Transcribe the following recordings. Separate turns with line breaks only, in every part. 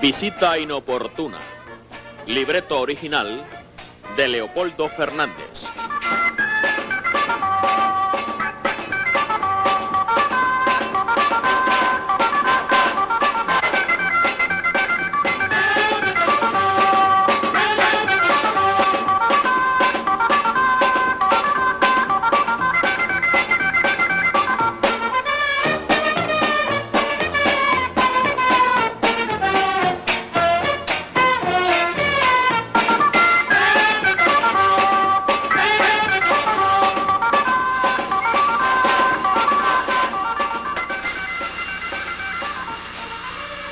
Visita inoportuna. Libreto original de Leopoldo Fernández.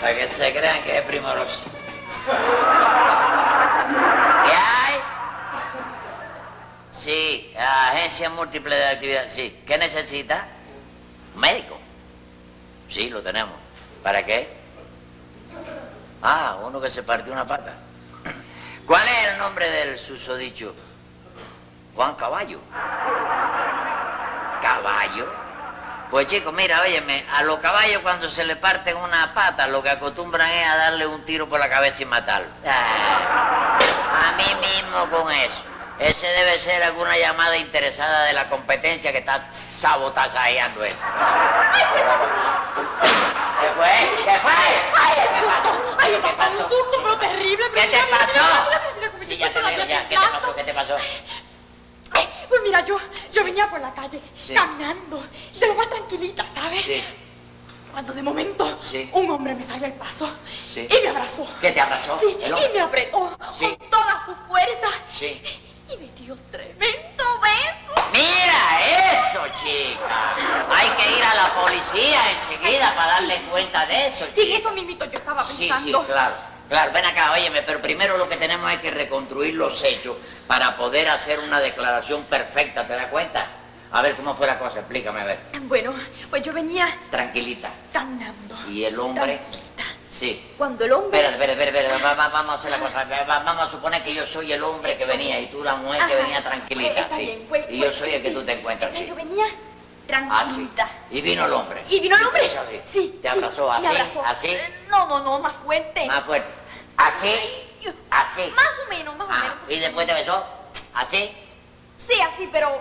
Para que se crean que es primoroso. ¿Qué hay? Sí, agencia múltiple de actividad, sí. ¿Qué necesita? ¿Un médico? Sí, lo tenemos. ¿Para qué? Ah, uno que se partió una pata. ¿Cuál es el nombre del susodicho? Juan Caballo. ¿Caballo? Pues chicos, mira, óyeme, a los caballos cuando se le parten una pata, lo que acostumbran es a darle un tiro por la cabeza y matarlo. Ah, a mí mismo con eso. Ese debe ser alguna llamada interesada de la competencia que está sabotajeando esto. ¿Qué fue? ¿Qué fue?
¡Ay, el
¿Qué
susto!
pasó?
¡Ay,
¿Qué
me pasó
pasó?
un susto, pero terrible!
¿Qué
pero
te
mira, mira,
pasó?
mira, mira, mira, mira,
Sí, ya te
mira,
veo, ya. ¿Qué
mira,
te pasó? ¿Qué te pasó?
Ay, pues mira, yo, yo venía por la calle,
Sí.
caminando, de lo más tranquilita, ¿sabes?
Sí.
Cuando de momento,
Sí.
un hombre me salió al paso
Sí.
y me abrazó.
¿Qué te abrazó?
Sí,
¿El hombre?
y me apretó
Sí.
con toda su fuerza.
Sí.
Y me dio tremendo beso.
Mira eso, chica. Hay que ir a la policía enseguida para darle cuenta de eso,
Sí,
chica.
eso mismito yo estaba
Sí,
pensando.
sí, claro. Claro, ven acá, óyeme, pero primero lo que tenemos es que reconstruir los hechos para poder hacer una declaración perfecta, ¿te das cuenta? A ver, ¿cómo fue la cosa? Explícame, a ver.
Bueno, pues yo venía
Tranquilita.
caminando.
¿Y el hombre?
Tranquilita.
Sí.
Cuando el hombre...
Espera, espera, espera, espera, va- va- vamos a hacer la cosa. va- va- Vamos a suponer que yo soy el hombre que venía y tú la mujer que
Ajá.
venía
Eh,
tranquilita,
está
sí.
bien, pues,
Y yo
pues,
soy el que
sí.
tú te encuentras,
Entonces
sí.
Yo venía
Así.
tranquilita.
Y vino el hombre.
¿Y vino el hombre?
Eso sí.
Sí.
Te
sí,
abrazó
me
así,
abrazó.
así.
Eh, No, no, no, más fuerte.
Más fuerte. Así.
Ay,
Así.
Más o menos, más
Ah,
o menos.
y después te besó. Así.
Sí, así, pero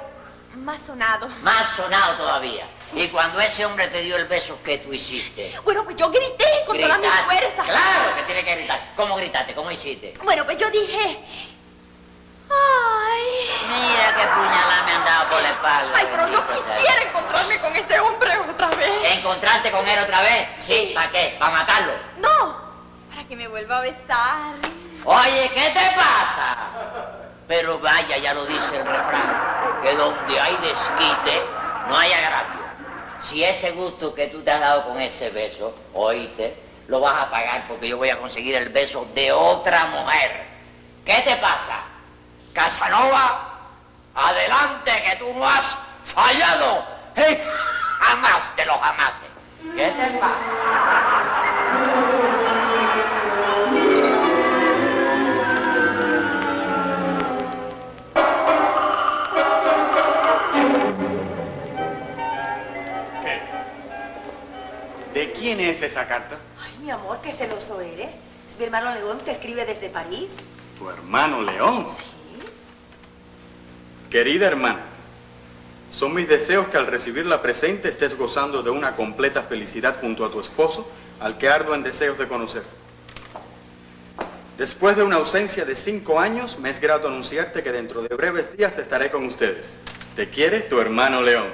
más sonado.
Más sonado todavía. Y cuando ese hombre te dio el beso, ¿qué tú hiciste?
Bueno, pues yo grité con toda mi
Gritaste.
fuerza.
Claro que tiene que gritar. ¿Cómo gritaste? ¿Cómo hiciste?
Bueno, pues yo dije... Ay...
Mira qué puñalada me han dado por la espalda.
Ay, pero yo
bendito sea.
quisiera encontrarme con ese hombre otra vez.
¿Encontrarte con él otra vez? Sí. ¿Para qué? ¿Para matarlo?
No, para que me vuelva a besar.
Oye, ¿qué te pasa? Pero vaya, ya lo dice el refrán, que donde hay desquite, no hay agravio. Si ese gusto que tú te has dado con ese beso, oíste, lo vas a pagar porque yo voy a conseguir el beso de otra mujer. ¿Qué te pasa? Casanova, adelante que tú no has fallado. ¿eh? Jamás de los jamases. ¿Qué te pasa?
¿De quién es esa carta?
Ay, mi amor, qué celoso eres. Es mi hermano León te escribe desde París.
Tu hermano León.
Sí.
Querida hermana, son mis deseos que al recibir la presente estés gozando de una completa felicidad junto a tu esposo, al que ardo en deseos de conocer. Después de una ausencia de cinco años, me es grato anunciarte que dentro de breves días estaré con ustedes. Te quiere tu hermano León.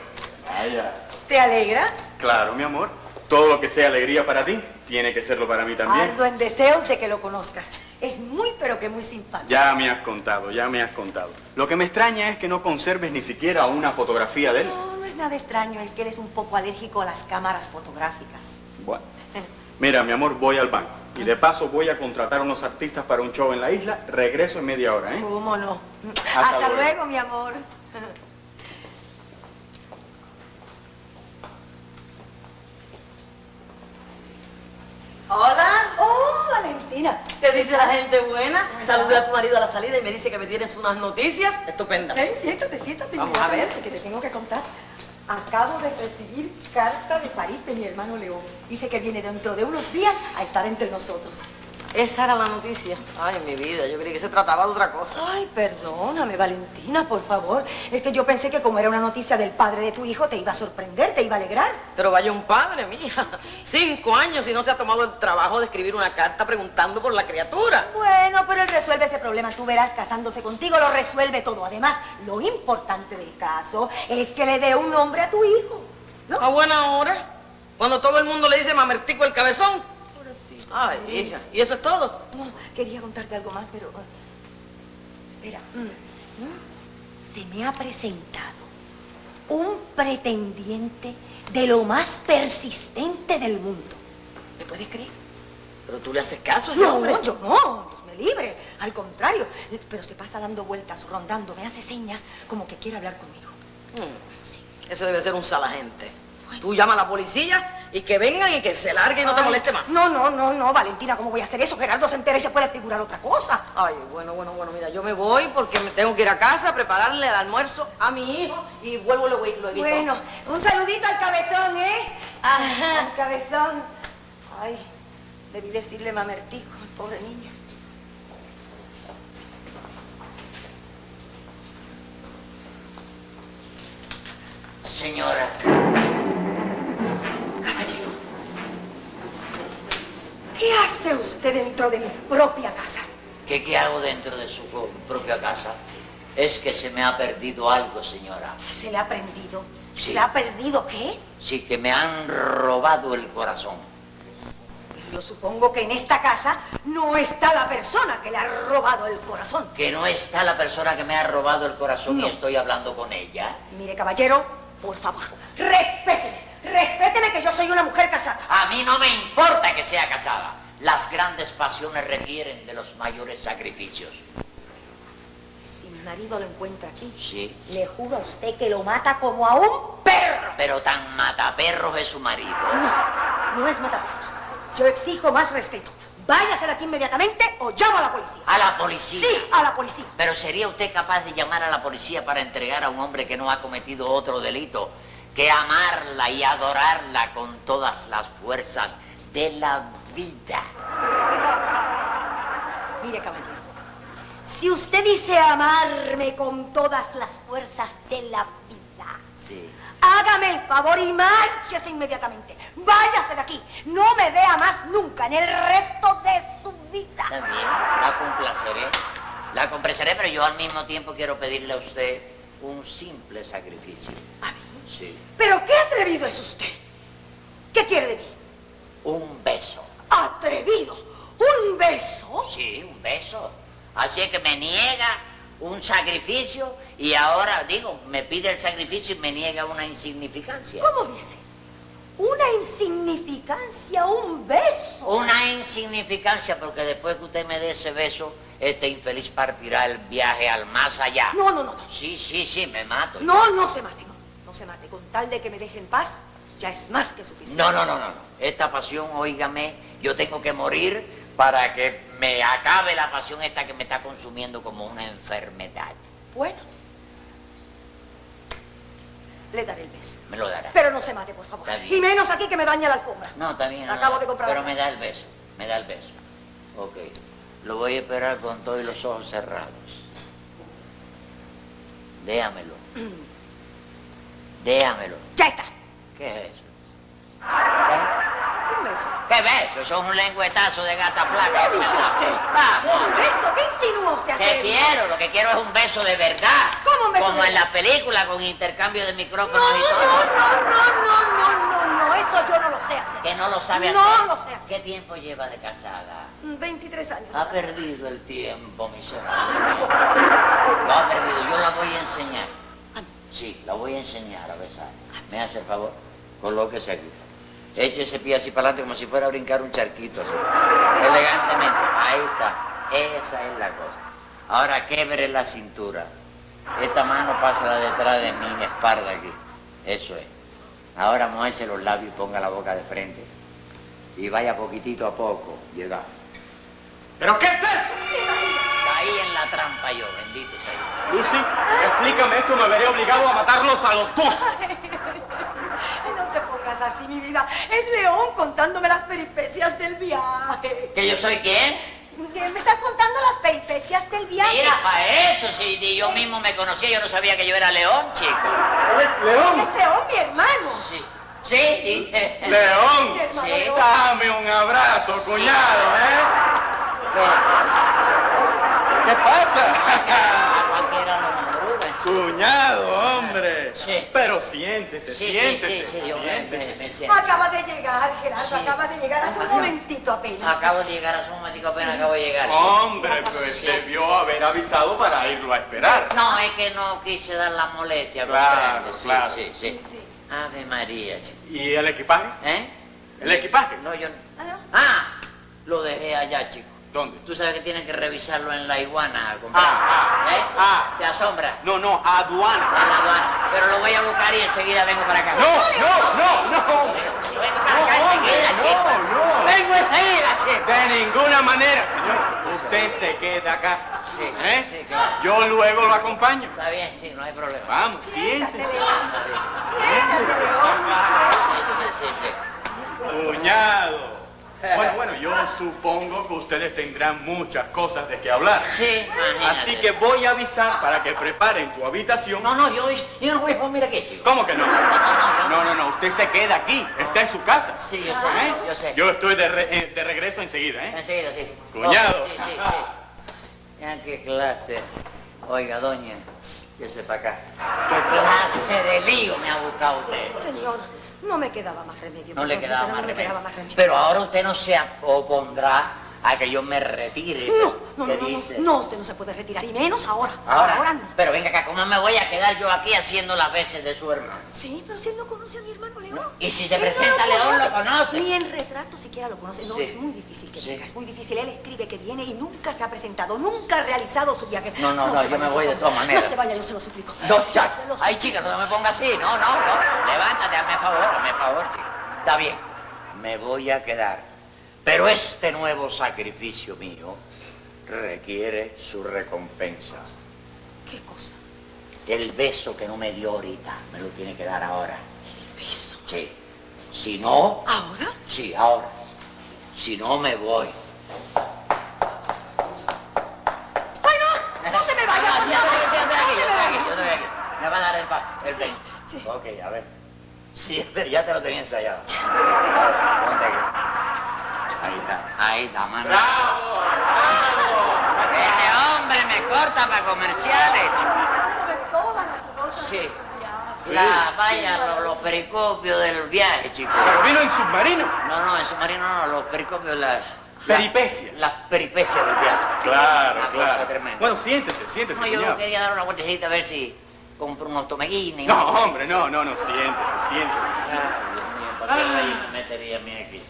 ¿Te alegras?
Claro, mi amor. Todo lo que sea alegría para ti, tiene que serlo para mí también.
Ardo en deseos de que lo conozcas. Es muy, pero que muy simpático.
Ya me has contado, ya me has contado. Lo que me extraña es que no conserves ni siquiera una fotografía de él.
No, no es nada extraño, es que eres un poco alérgico a las cámaras fotográficas.
Bueno. Mira, mi amor, voy al banco. Y de paso voy a contratar unos artistas para un show en la isla. Regreso en media hora, ¿eh?
¿Cómo no?
Hasta
Hasta,
luego.
luego. mi amor.
Hola. Oh, Valentina. ¿Qué dice la gente buena? Saludé a tu marido a la salida y me dice que me tienes unas noticias estupendas.
Ven, siéntate, siéntate.
Vamos a ver.
inmediatamente, Que te tengo que contar. Acabo de recibir carta de París de mi hermano León. Dice que viene dentro de unos días a estar entre nosotros.
Esa era la noticia. Ay, mi vida, yo creí que se trataba de otra cosa.
Ay, perdóname, Valentina, por favor. Es que yo pensé que como era una noticia del padre de tu hijo, te iba a sorprender, te iba a alegrar.
Pero vaya un padre, mija. Cinco años y no se ha tomado el trabajo de escribir una carta preguntando por la criatura.
Bueno, pero él resuelve ese problema. Tú verás, casándose contigo lo resuelve todo. Además, lo importante del caso es que le dé un nombre a tu hijo. ¿No?
Ah.
A buena hora. Cuando todo el mundo le dice mamertico el cabezón. Ay, hija. ¿Y eso es todo?
No, quería contarte algo más, pero... eh, Espera. mm, mm. Se me ha presentado un pretendiente de lo más persistente del mundo. ¿Me puedes creer?
Pero tú le haces caso a ese
No,
hombre.
no, yo no, Dios me libre. Al contrario, pero se pasa dando vueltas, rondando, me hace señas como que quiere hablar conmigo.
Mm, Ese debe ser un salagente. Tú llama a la policía y que vengan y que se largue y no te
Ay,
moleste más.
No, no, no, no, Valentina, ¿cómo voy a hacer eso? Gerardo se entera y se puede figurar otra cosa.
Ay, bueno, bueno, bueno, mira, yo me voy porque me tengo que ir a casa a prepararle el almuerzo a mi hijo y vuelvo luego. luego.
Bueno, un saludito al cabezón, ¿eh? Al cabezón. Ay, debí decirle mamertico, al pobre niño.
Señora,
Caballero, ¿qué hace usted dentro de mi propia casa?
¿qué, qué hago dentro de su pro- propia casa? Es que se me ha perdido algo, señora.
Se le ha prendido. ¿Se
Sí.
le ha perdido qué?
Sí que me han robado el corazón.
Yo supongo que en esta casa no está la persona que le ha robado el corazón.
Que no está la persona que me ha robado el corazón
No.
y estoy hablando con ella.
Mire, caballero, por favor, respéteme. Respéteme que yo soy una mujer casada.
A mí no me importa que sea casada. Las grandes pasiones requieren de los mayores sacrificios.
Si mi marido lo encuentra aquí,
Sí.
le juro a usted que lo mata como a un perro.
Pero tan mataperros es su marido.
No, no es mataperros. Yo exijo más respeto. Váyase de aquí inmediatamente o llamo a la policía.
A la policía.
Sí, a la policía.
Pero ¿sería usted capaz de llamar a la policía para entregar a un hombre que no ha cometido otro delito que amarla y adorarla con todas las fuerzas de la vida?
Mire, caballero, si usted dice amarme con todas las fuerzas de la vida,
Sí.
Hágame el favor y márchese inmediatamente. Váyase de aquí. No me vea más nunca en el resto de su vida.
Está bien, la complaceré. La complaceré, pero yo al mismo tiempo quiero pedirle a usted un simple sacrificio.
¿A mí?
Sí.
¿Pero qué atrevido es usted? ¿Qué quiere de mí?
Un beso.
¿Atrevido? ¿Un beso?
Sí, un beso. Así es que me niega un sacrificio y ahora, digo, me pide el sacrificio y me niega una insignificancia.
¿Cómo dice? Una insignificancia, un beso.
Una insignificancia, porque después que usted me dé ese beso, este infeliz partirá el viaje al más allá.
No, no, no, no.
Sí, sí, sí, me mato.
No, no se mate, no. No se mate. Con tal de que me deje en paz, ya es más que suficiente.
No, no, no, no. no. Esta pasión, óigame, yo tengo que morir para que me acabe la pasión esta que me está consumiendo como una enfermedad.
Bueno. Le daré el beso.
Me lo dará.
Pero no se mate, por favor.
Está bien.
Y menos aquí que me daña la alfombra.
No, está bien. no,
Acabo
no,
de comprar
Pero
otra.
me da el beso, me da el beso. Ok. Lo voy a esperar con todos los ojos cerrados. Déjamelo. Déjamelo.
Ya está.
¿Qué es eso? ¿Qué
Un beso.
es eso? Eso es un lengüetazo de gata placa.
¿Qué dice usted?
Vamos.
¿Un beso? ¿Qué insinúa usted?
Te
atrevido?
quiero, lo que quiero es un beso de verdad.
¿Cómo un beso
Como
de
en la película, con intercambio de
No,
micrófonos
no,
y todo.
no, no, no, no, no, no. Eso yo no lo sé hacer.
Que no lo sabe hacer.
No lo sé hacer.
¿Qué tiempo lleva de casada?
23 Mm, años.
Ha perdido el tiempo, miserable. Lo ha perdido. Yo la voy a enseñar.
Ah, no.
Sí, la voy a enseñar a besar. Me hace el favor. Colóquese aquí. Eche ese pie así para adelante como si fuera a brincar un charquito. así. Elegantemente. Ahí está. Esa es la cosa. Ahora quiebre la cintura. Esta mano pasa detrás de mi espalda aquí. Eso es. Ahora muévese los labios y ponga la boca de frente. Y vaya poquitito a poco. Llega.
¿Pero qué es esto?
Caí en la trampa yo, bendito sea.
Lucy, explícame esto, me veré obligado a matarlos a los dos.
No te pongas
así, mi vida. Es León contándome las peripecias del viaje.
¿Que yo soy quién?
Él me está contando las peripecias del viaje.
Mira, para eso, si ni yo mismo me conocía, yo no sabía que yo era León, chico.
Él es León.
Es León, mi hermano.
Sí, sí, dije.
León.
Sí.
Dame un abrazo, cuñado, ¿eh? ¿Qué pasa?
A cualquiera lo madruga.
Cuñado, hombre.
Sí.
Pero siéntese,
Sí, sí,
siéntese,
sí, sí, yo me,
siéntese.
me- me siento.
Acaba de llegar, Gerardo,
Sí.
acaba de llegar hace un momentito apenas.
Acabo de llegar hace un momentico apenas acabo de llegar.
Hombre, pues
Sí.
debió haber avisado para irlo a esperar.
No, es que no quise dar la molestia.
Claro,
comprende. sí,
claro.
sí, sí. Ave María. chico.
¿Y el equipaje?
¿Eh?
¿El equipaje?
No, yo no.
Ah, no.
Ah, lo dejé allá, chico.
¿Dónde?
Tú sabes que tienen que revisarlo en la iguana, compadre.
Ah, ah,
¿Eh?
ah.
Te asombra.
No, no, aduana.
En la aduana. Pero lo voy a buscar y enseguida vengo para acá.
No, no, no, no, hombre.
Vengo
No,
para acá
hombre,
enseguida, chico.
no, no.
Vengo enseguida, chico.
De ninguna manera, señor. Usted se queda acá.
Sí,
¿eh?
sí, claro.
Yo luego lo acompaño.
Está bien, sí, no hay problema.
Vamos,
Siéntate,
siéntese.
León. Siéntate, León.
Sí, sí, sí, sí.
Cuñado. Bueno, bueno, yo supongo que ustedes tendrán muchas cosas de qué hablar.
Sí, imagínate.
Así que voy a avisar para que preparen tu habitación.
No, no, yo, yo no voy a... Mira qué, chico.
¿Cómo que no?
no,
No, no, no, usted se queda aquí. Está en su casa.
Sí, yo sé, ¿eh? yo sé.
Yo estoy de, re- eh, de regreso enseguida, ¿eh?
Enseguida, sí.
Cuñado.
Sí, sí, sí. Ya, qué clase. Oiga, doña, que sepa acá. Qué clase de lío me ha buscado usted.
Señor, no me quedaba más remedio.
No le
perdón,
quedaba
no
más
me quedaba
remedio.
más remedio.
Pero ahora usted no se opondrá a que yo me retire.
No, no, no,
¿Qué
no, no,
dice?
no, usted no se puede retirar, y menos ahora.
Ahora,
ahora no.
pero venga acá, ¿cómo me voy a quedar yo aquí haciendo las veces de su hermano?
Sí, pero si él no conoce a mi hermano León.
Y si se
Él no
presenta León, lo conoce.
Ni en retrato siquiera lo conoce. No,
Sí.
es muy difícil que
Sí.
venga, es muy difícil. Él escribe que viene y nunca se ha presentado, nunca ha realizado su viaje.
No, no, no,
se
yo me
vaya, por
voy de
favor.
todas maneras.
No se vaya, yo se lo suplico.
No,
Yo
ya.
se lo
Ay,
suplico.
chica, no me ponga así. No, no, no. Levántate, hazme favor, hazme favor, chica. Está bien. Me voy a quedar. Pero este nuevo sacrificio mío requiere su recompensa.
¿Qué cosa?
El beso que no me dio ahorita, me lo tiene que dar ahora.
¿Beso?
Sí. Si no,
¿Ahora?
sí, ahora. Si no, me voy.
¡Ay, no! ¡No se me vaya, por
Sí,
favor!
sí, sí, anda
¡No
aquí,
se
yo
me
estoy
vaya!
aquí, yo estoy aquí. Me va a dar el paso. El
Sí,
beso.
sí.
Ok, a ver. Sí, pero ya te lo tenía ensayado. A ver, ponte aquí. Ahí está. Ahí está, mano.
¡Bravo! ¡Bravo!
Este hombre me corta para comerciales.
Dándome todas las cosas
Sí.
de su viaje.
La, vaya, lo- los pericopios del viaje, chico.
Pero vino en submarino.
No, no, en submarino no, los pericopios, la-
Peripecias.
las peripecias del viaje. Una
Claro,
cosa
claro.
tremenda.
Bueno, siéntese, siéntese,
No, yo
cuñado.
quería dar una vueltecita a ver si compro unos tomeguines.
No, hombre, no, no, no, siéntese, siéntese.
Ay, Dios mío, ¿para qué
Ah.
ahí me metería a mí aquí?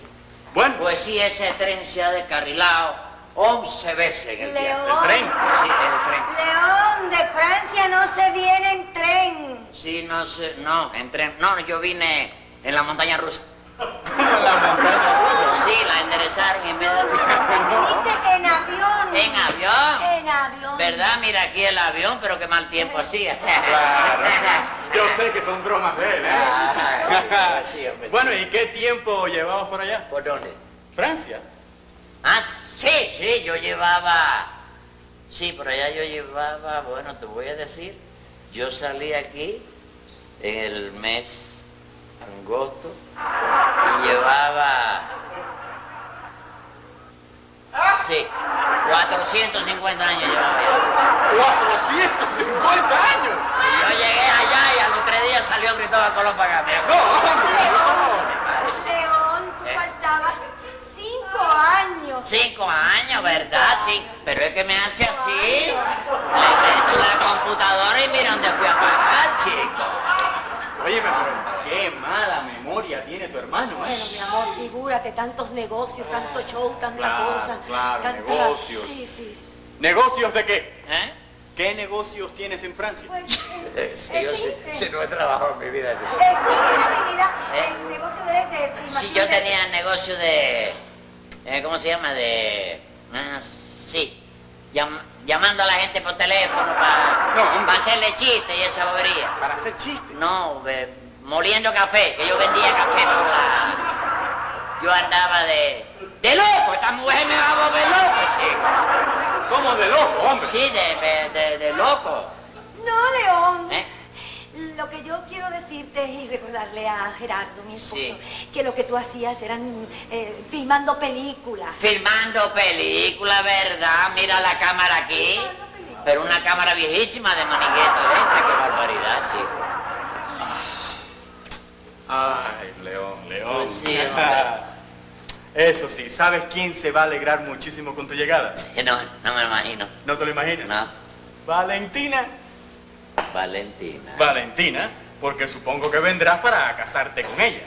Bueno,
Pues sí, ese tren se ha descarrilado 11 veces en el día.
el tren.
Sí, el tren.
León, de Francia no se viene en tren.
Sí, no sé, no, en tren. No, yo vine en la montaña rusa.
La montaña rusa.
Sí, la enderezaron y me de...
Viniste en avión.
En avión.
En avión.
¿Verdad? Mira aquí el avión, pero qué mal tiempo hacía.
Claro. Yo sé que son bromas de él,
Ah, sí,
¿eh?
hombre,
Bueno, ¿y qué tiempo llevamos por allá?
¿Por dónde?
Francia.
Ah, sí, sí, yo llevaba... Sí, por allá yo llevaba, bueno, te voy a decir, yo salí aquí en el mes agosto y llevaba... Sí, 450 años llevaba yo.
450 años.
Sí, yo llegué allá y a los tres días salió Cristóbal Colón para acá. mira.
No, hombre,
León, tú
Eh.
faltabas cinco años.
Cinco años, ¿verdad? Sí. Pero es que me hace así. Le meto la computadora y mira dónde fui a parar, chico.
no. Oye, pero qué mala memoria tiene tu hermano, ¿eh?
Bueno, mi amor, figúrate, tantos negocios, tanto show, tanta
Claro,
cosa.
claro,
tanta-
negocios.
Sí, sí.
¿Negocios de qué?
¿Eh?
¿Qué negocios tienes en Francia?
Pues
Si Eh, yo
Existe.
no he trabajado en mi vida.
existe la habilidad.
Eh.
El negocio de, de, de
Si yo
imagínate,
tenía negocio de. eh, ¿Cómo se llama? De. Ah, sí. Llam- llamando a la gente por teléfono para
No, hombre.
hacerle chiste y esa bobería.
Para hacer chistes.
No, eh, moliendo café, que yo vendía café por la... Yo andaba de... ¡De loco! Esta mujer me va a volver loco, chico.
¿Cómo de loco, hombre?
Sí, de, de, de- de loco.
No, León.
¿eh?
Lo que yo quiero decirte y recordarle a Gerardo, mi esposo,
Sí.
que lo que tú hacías eran eh, filmando películas.
Filmando película, ¿verdad? Mira la cámara aquí. Pero una cámara viejísima de manigueta de esa, qué barbaridad, chico.
Ay, León, León.
Pues sí, hombre.
Eso sí, ¿sabes quién se va a alegrar muchísimo con tu llegada?
No, no me imagino.
¿No te lo imaginas?
No,
Valentina.
Valentina.
Valentina, porque supongo que vendrás para casarte con ella.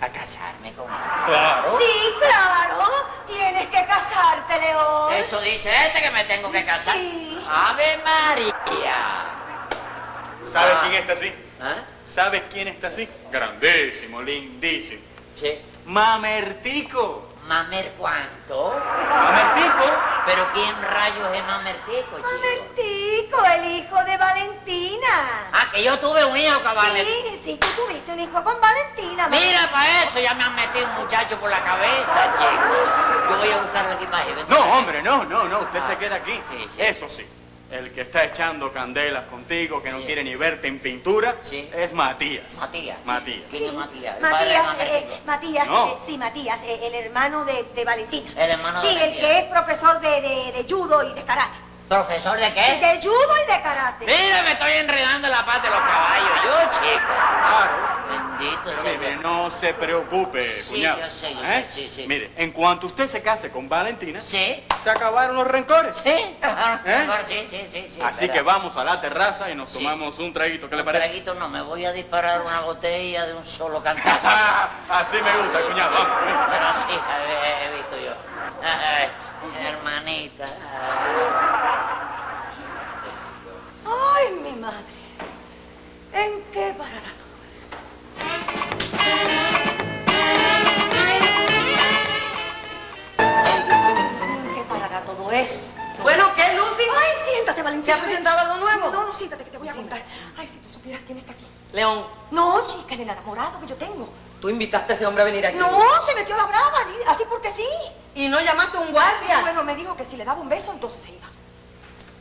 a casarme con él.
Claro.
Sí, claro. Tienes que casarte, León.
Eso dice este que me tengo que casar.
Sí.
Ave María.
¿Sabes
Ah.
quién está así?
¿Ah?
¿Sabes quién está así? Grandísimo, lindísimo.
Sí.
Mamertico.
Mamer cuánto.
Mamertico.
Pero quién rayos es Mamertico, chico.
Mamertico, Ah, el hijo de Valentina.
Ah, que yo tuve un hijo con Valentina.
Sí, sí, tú tuviste un hijo con Valentina. Mamer-
Mira para eso, ya me han metido un muchacho por la cabeza, chico. Yo voy a buscar la imagen. ven.
No, hombre, no, no, no, usted se queda aquí.
Ah. Sí, sí.
Eso sí. El que está echando candelas contigo, que no
Sí.
quiere ni verte en pintura,
Sí.
es Matías.
Matías.
Matías.
¿Quién es Matías? El padre de
Matías,
Mamertico.
eh, Matías,
No.
eh, sí, Matías, eh, el hermano de, de Valentina.
El hermano de
Sí, el
Valentina.
que es profesor de, de- de judo y de karate.
¿Profesor de qué?
De judo y de karate.
Mira, me estoy enredando en la pata de los caballos. Yo, chico.
Claro.
Bendito
Pero
sea
mire,
Dios.
no se preocupe,
Sí,
cuñado. ¿Eh?
yo sé, yo sé, sí, sí.
Mire, en cuanto usted se case con Valentina,
Sí.
se acabaron los rencores.
Sí,
¿Eh?
sí, sí, sí, sí.
Así
espera.
que vamos a la terraza y nos
Sí.
tomamos un traguito, ¿qué le
Un
parece?
traguito no, me voy a disparar una botella de un solo cantazo.
Ah, así me gusta, cuñado. Vamos, ven.
Pero sí, he, he visto yo. Ay, hermanita. eh.
Ay, mi madre. ¿En qué parará todo esto? ¿En qué parará todo esto?
Bueno, ¿qué, Lucy?
Ay, siéntate,
¿Se
Valentina.
ha presentado algo nuevo?
No, no, siéntate, que te voy a contar. Ay, si tú supieras quién está aquí.
León,
No, chica, el enamorado que yo tengo.
tú invitaste a ese hombre a venir aquí.
No, se metió la brava allí, así porque sí.
Y no llamaste a un guardia.
Bueno, me dijo que si le daba un beso, entonces se iba.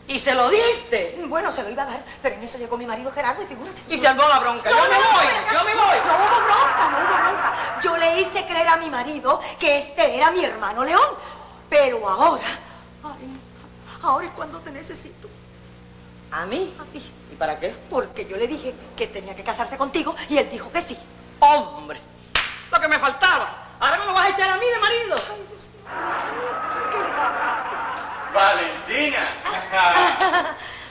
Y se lo diste.
Bueno, se lo iba a dar, pero en eso llegó mi marido Gerardo y figúrate.
Y se armó la bronca. yo me voy,
ven acá.
yo me voy.
No hubo bronca, no hubo bronca. Yo le hice creer a mi marido que este era mi hermano León. Pero ahora, ay, ahora es cuando te necesito.
¿A mí?
A ti.
¿Y para qué?
Porque yo le dije que tenía que casarse contigo y él dijo que sí.
Hombre, lo que me faltaba. Ahora me lo vas a echar a mí de marido.
Valentina.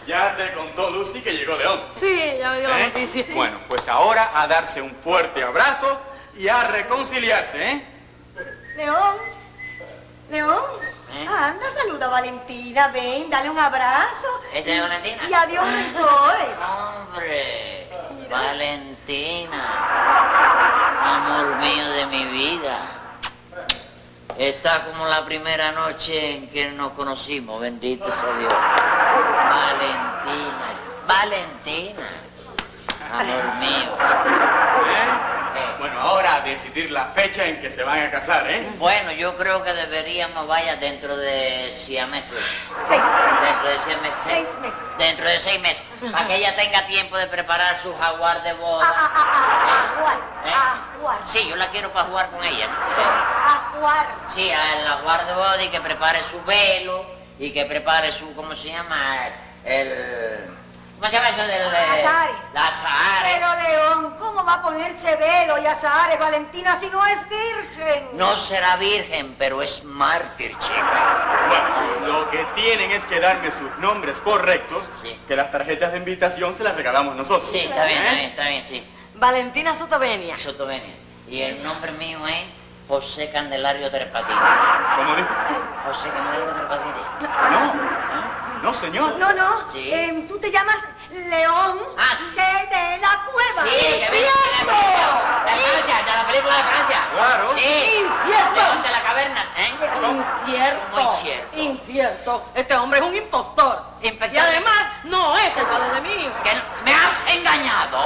ya te contó Lucy que llegó León.
Sí, ya me dio
¿eh?
la noticia.
Bueno, pues ahora a darse un fuerte abrazo y a reconciliarse, ¿eh?
León, León,
¿Eh?
anda, saluda a Valentina, ven, dale un abrazo.
¿Esta ¿Este es Valentina?
Y adiós, rencores.
Hombre, Valentina. Amor mío de mi vida. Está como la primera noche en que nos conocimos, bendito sea Dios. Valentina, Valentina, amor mío.
¿Eh?
Eh,
Bueno, ahora a decidir la fecha en que se van a casar, ¿eh?
Bueno, yo creo que deberíamos, vaya, dentro de seis meses.
Seis.
Dentro de seis meses.
Seis meses.
Dentro de seis meses. Para que ella tenga tiempo de preparar su jaguar de
A,
boda.
a, a, a, a, Juan,
¿Eh?
a, Juan,
Sí, yo la quiero para jugar con ella. Eh,
a, Juan.
Sí, a la jaguar de boda y que prepare su velo y que prepare su, ¿cómo se llama? El... ¿Cómo se llama eso del... eh,
Azahares.
Las azahares.
Pero León, ¿cómo va a ponerse velo y azahares, Valentina, si no es virgen?
No será virgen, pero es mártir, chico.
Bueno, lo que tienen es que darme sus nombres correctos,
Sí.
que las tarjetas de invitación se las regalamos nosotros.
Sí, está bien,
¿eh?
está bien, está bien, sí.
Valentina Sotavenia.
Sotovenia. Y el nombre mío es José Candelario Tres Patines.
¿Cómo dijo?
José Candelario Tres Patines.
No, ¿eh? no, señor.
No, no,
Sí.
eh, tú te llamas León
Ah, sí.
de, de la cueva.
Sí, que viene de la película de Francia, de la película de Francia.
Claro.
Sí.
¡Incierto!
¿De dónde? la caverna? nada, ¿eh?
Incierto.
Como incierto.
Incierto. Este hombre es un impostor.
Impecable.
Y además, no es el padre de mi hijo.
Que me has engañado.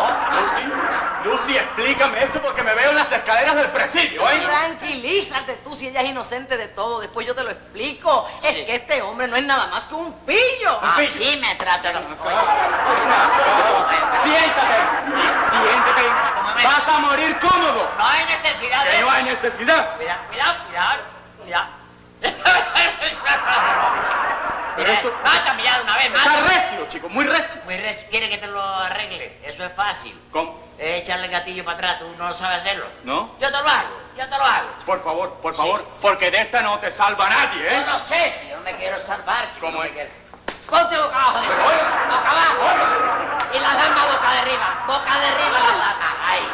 Lucy, explícame esto porque me veo en las escaleras del presidio, ¿eh?
Tranquilízate tú si ella es inocente de todo, después yo te lo explico. Es
Sí.
que este hombre no es nada más que un pillo.
Así me tratan.
Siéntate, siéntate. Vas a morir cómodo.
No hay necesidad de
Que no
eso.
hay necesidad.
Cuidado, cuidado, cuidado, cuidado.
Pero
Mira,
esto-
mátame ya de una vez,
Está
mátame.
recio, chico, muy recio.
Muy recio. ¿Quiere que te lo arregle? Eso es fácil.
¿Cómo?
Es echarle el gatillo para atrás, tú no sabes hacerlo.
¿No?
Yo te lo hago, yo te lo hago.
Por favor, por favor, porque de esta no te salva nadie,
Yo
¿eh?
no sé si yo me quiero salvar, chico.
¿Cómo
no me
es?
quiero. Ponte boca abajo,
Pero, oye.
boca abajo. Y la dama boca de arriba, boca de arriba la dama. Ay,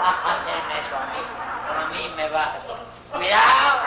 vas a hacerme eso a mí. Por mí me vas. Cuidado,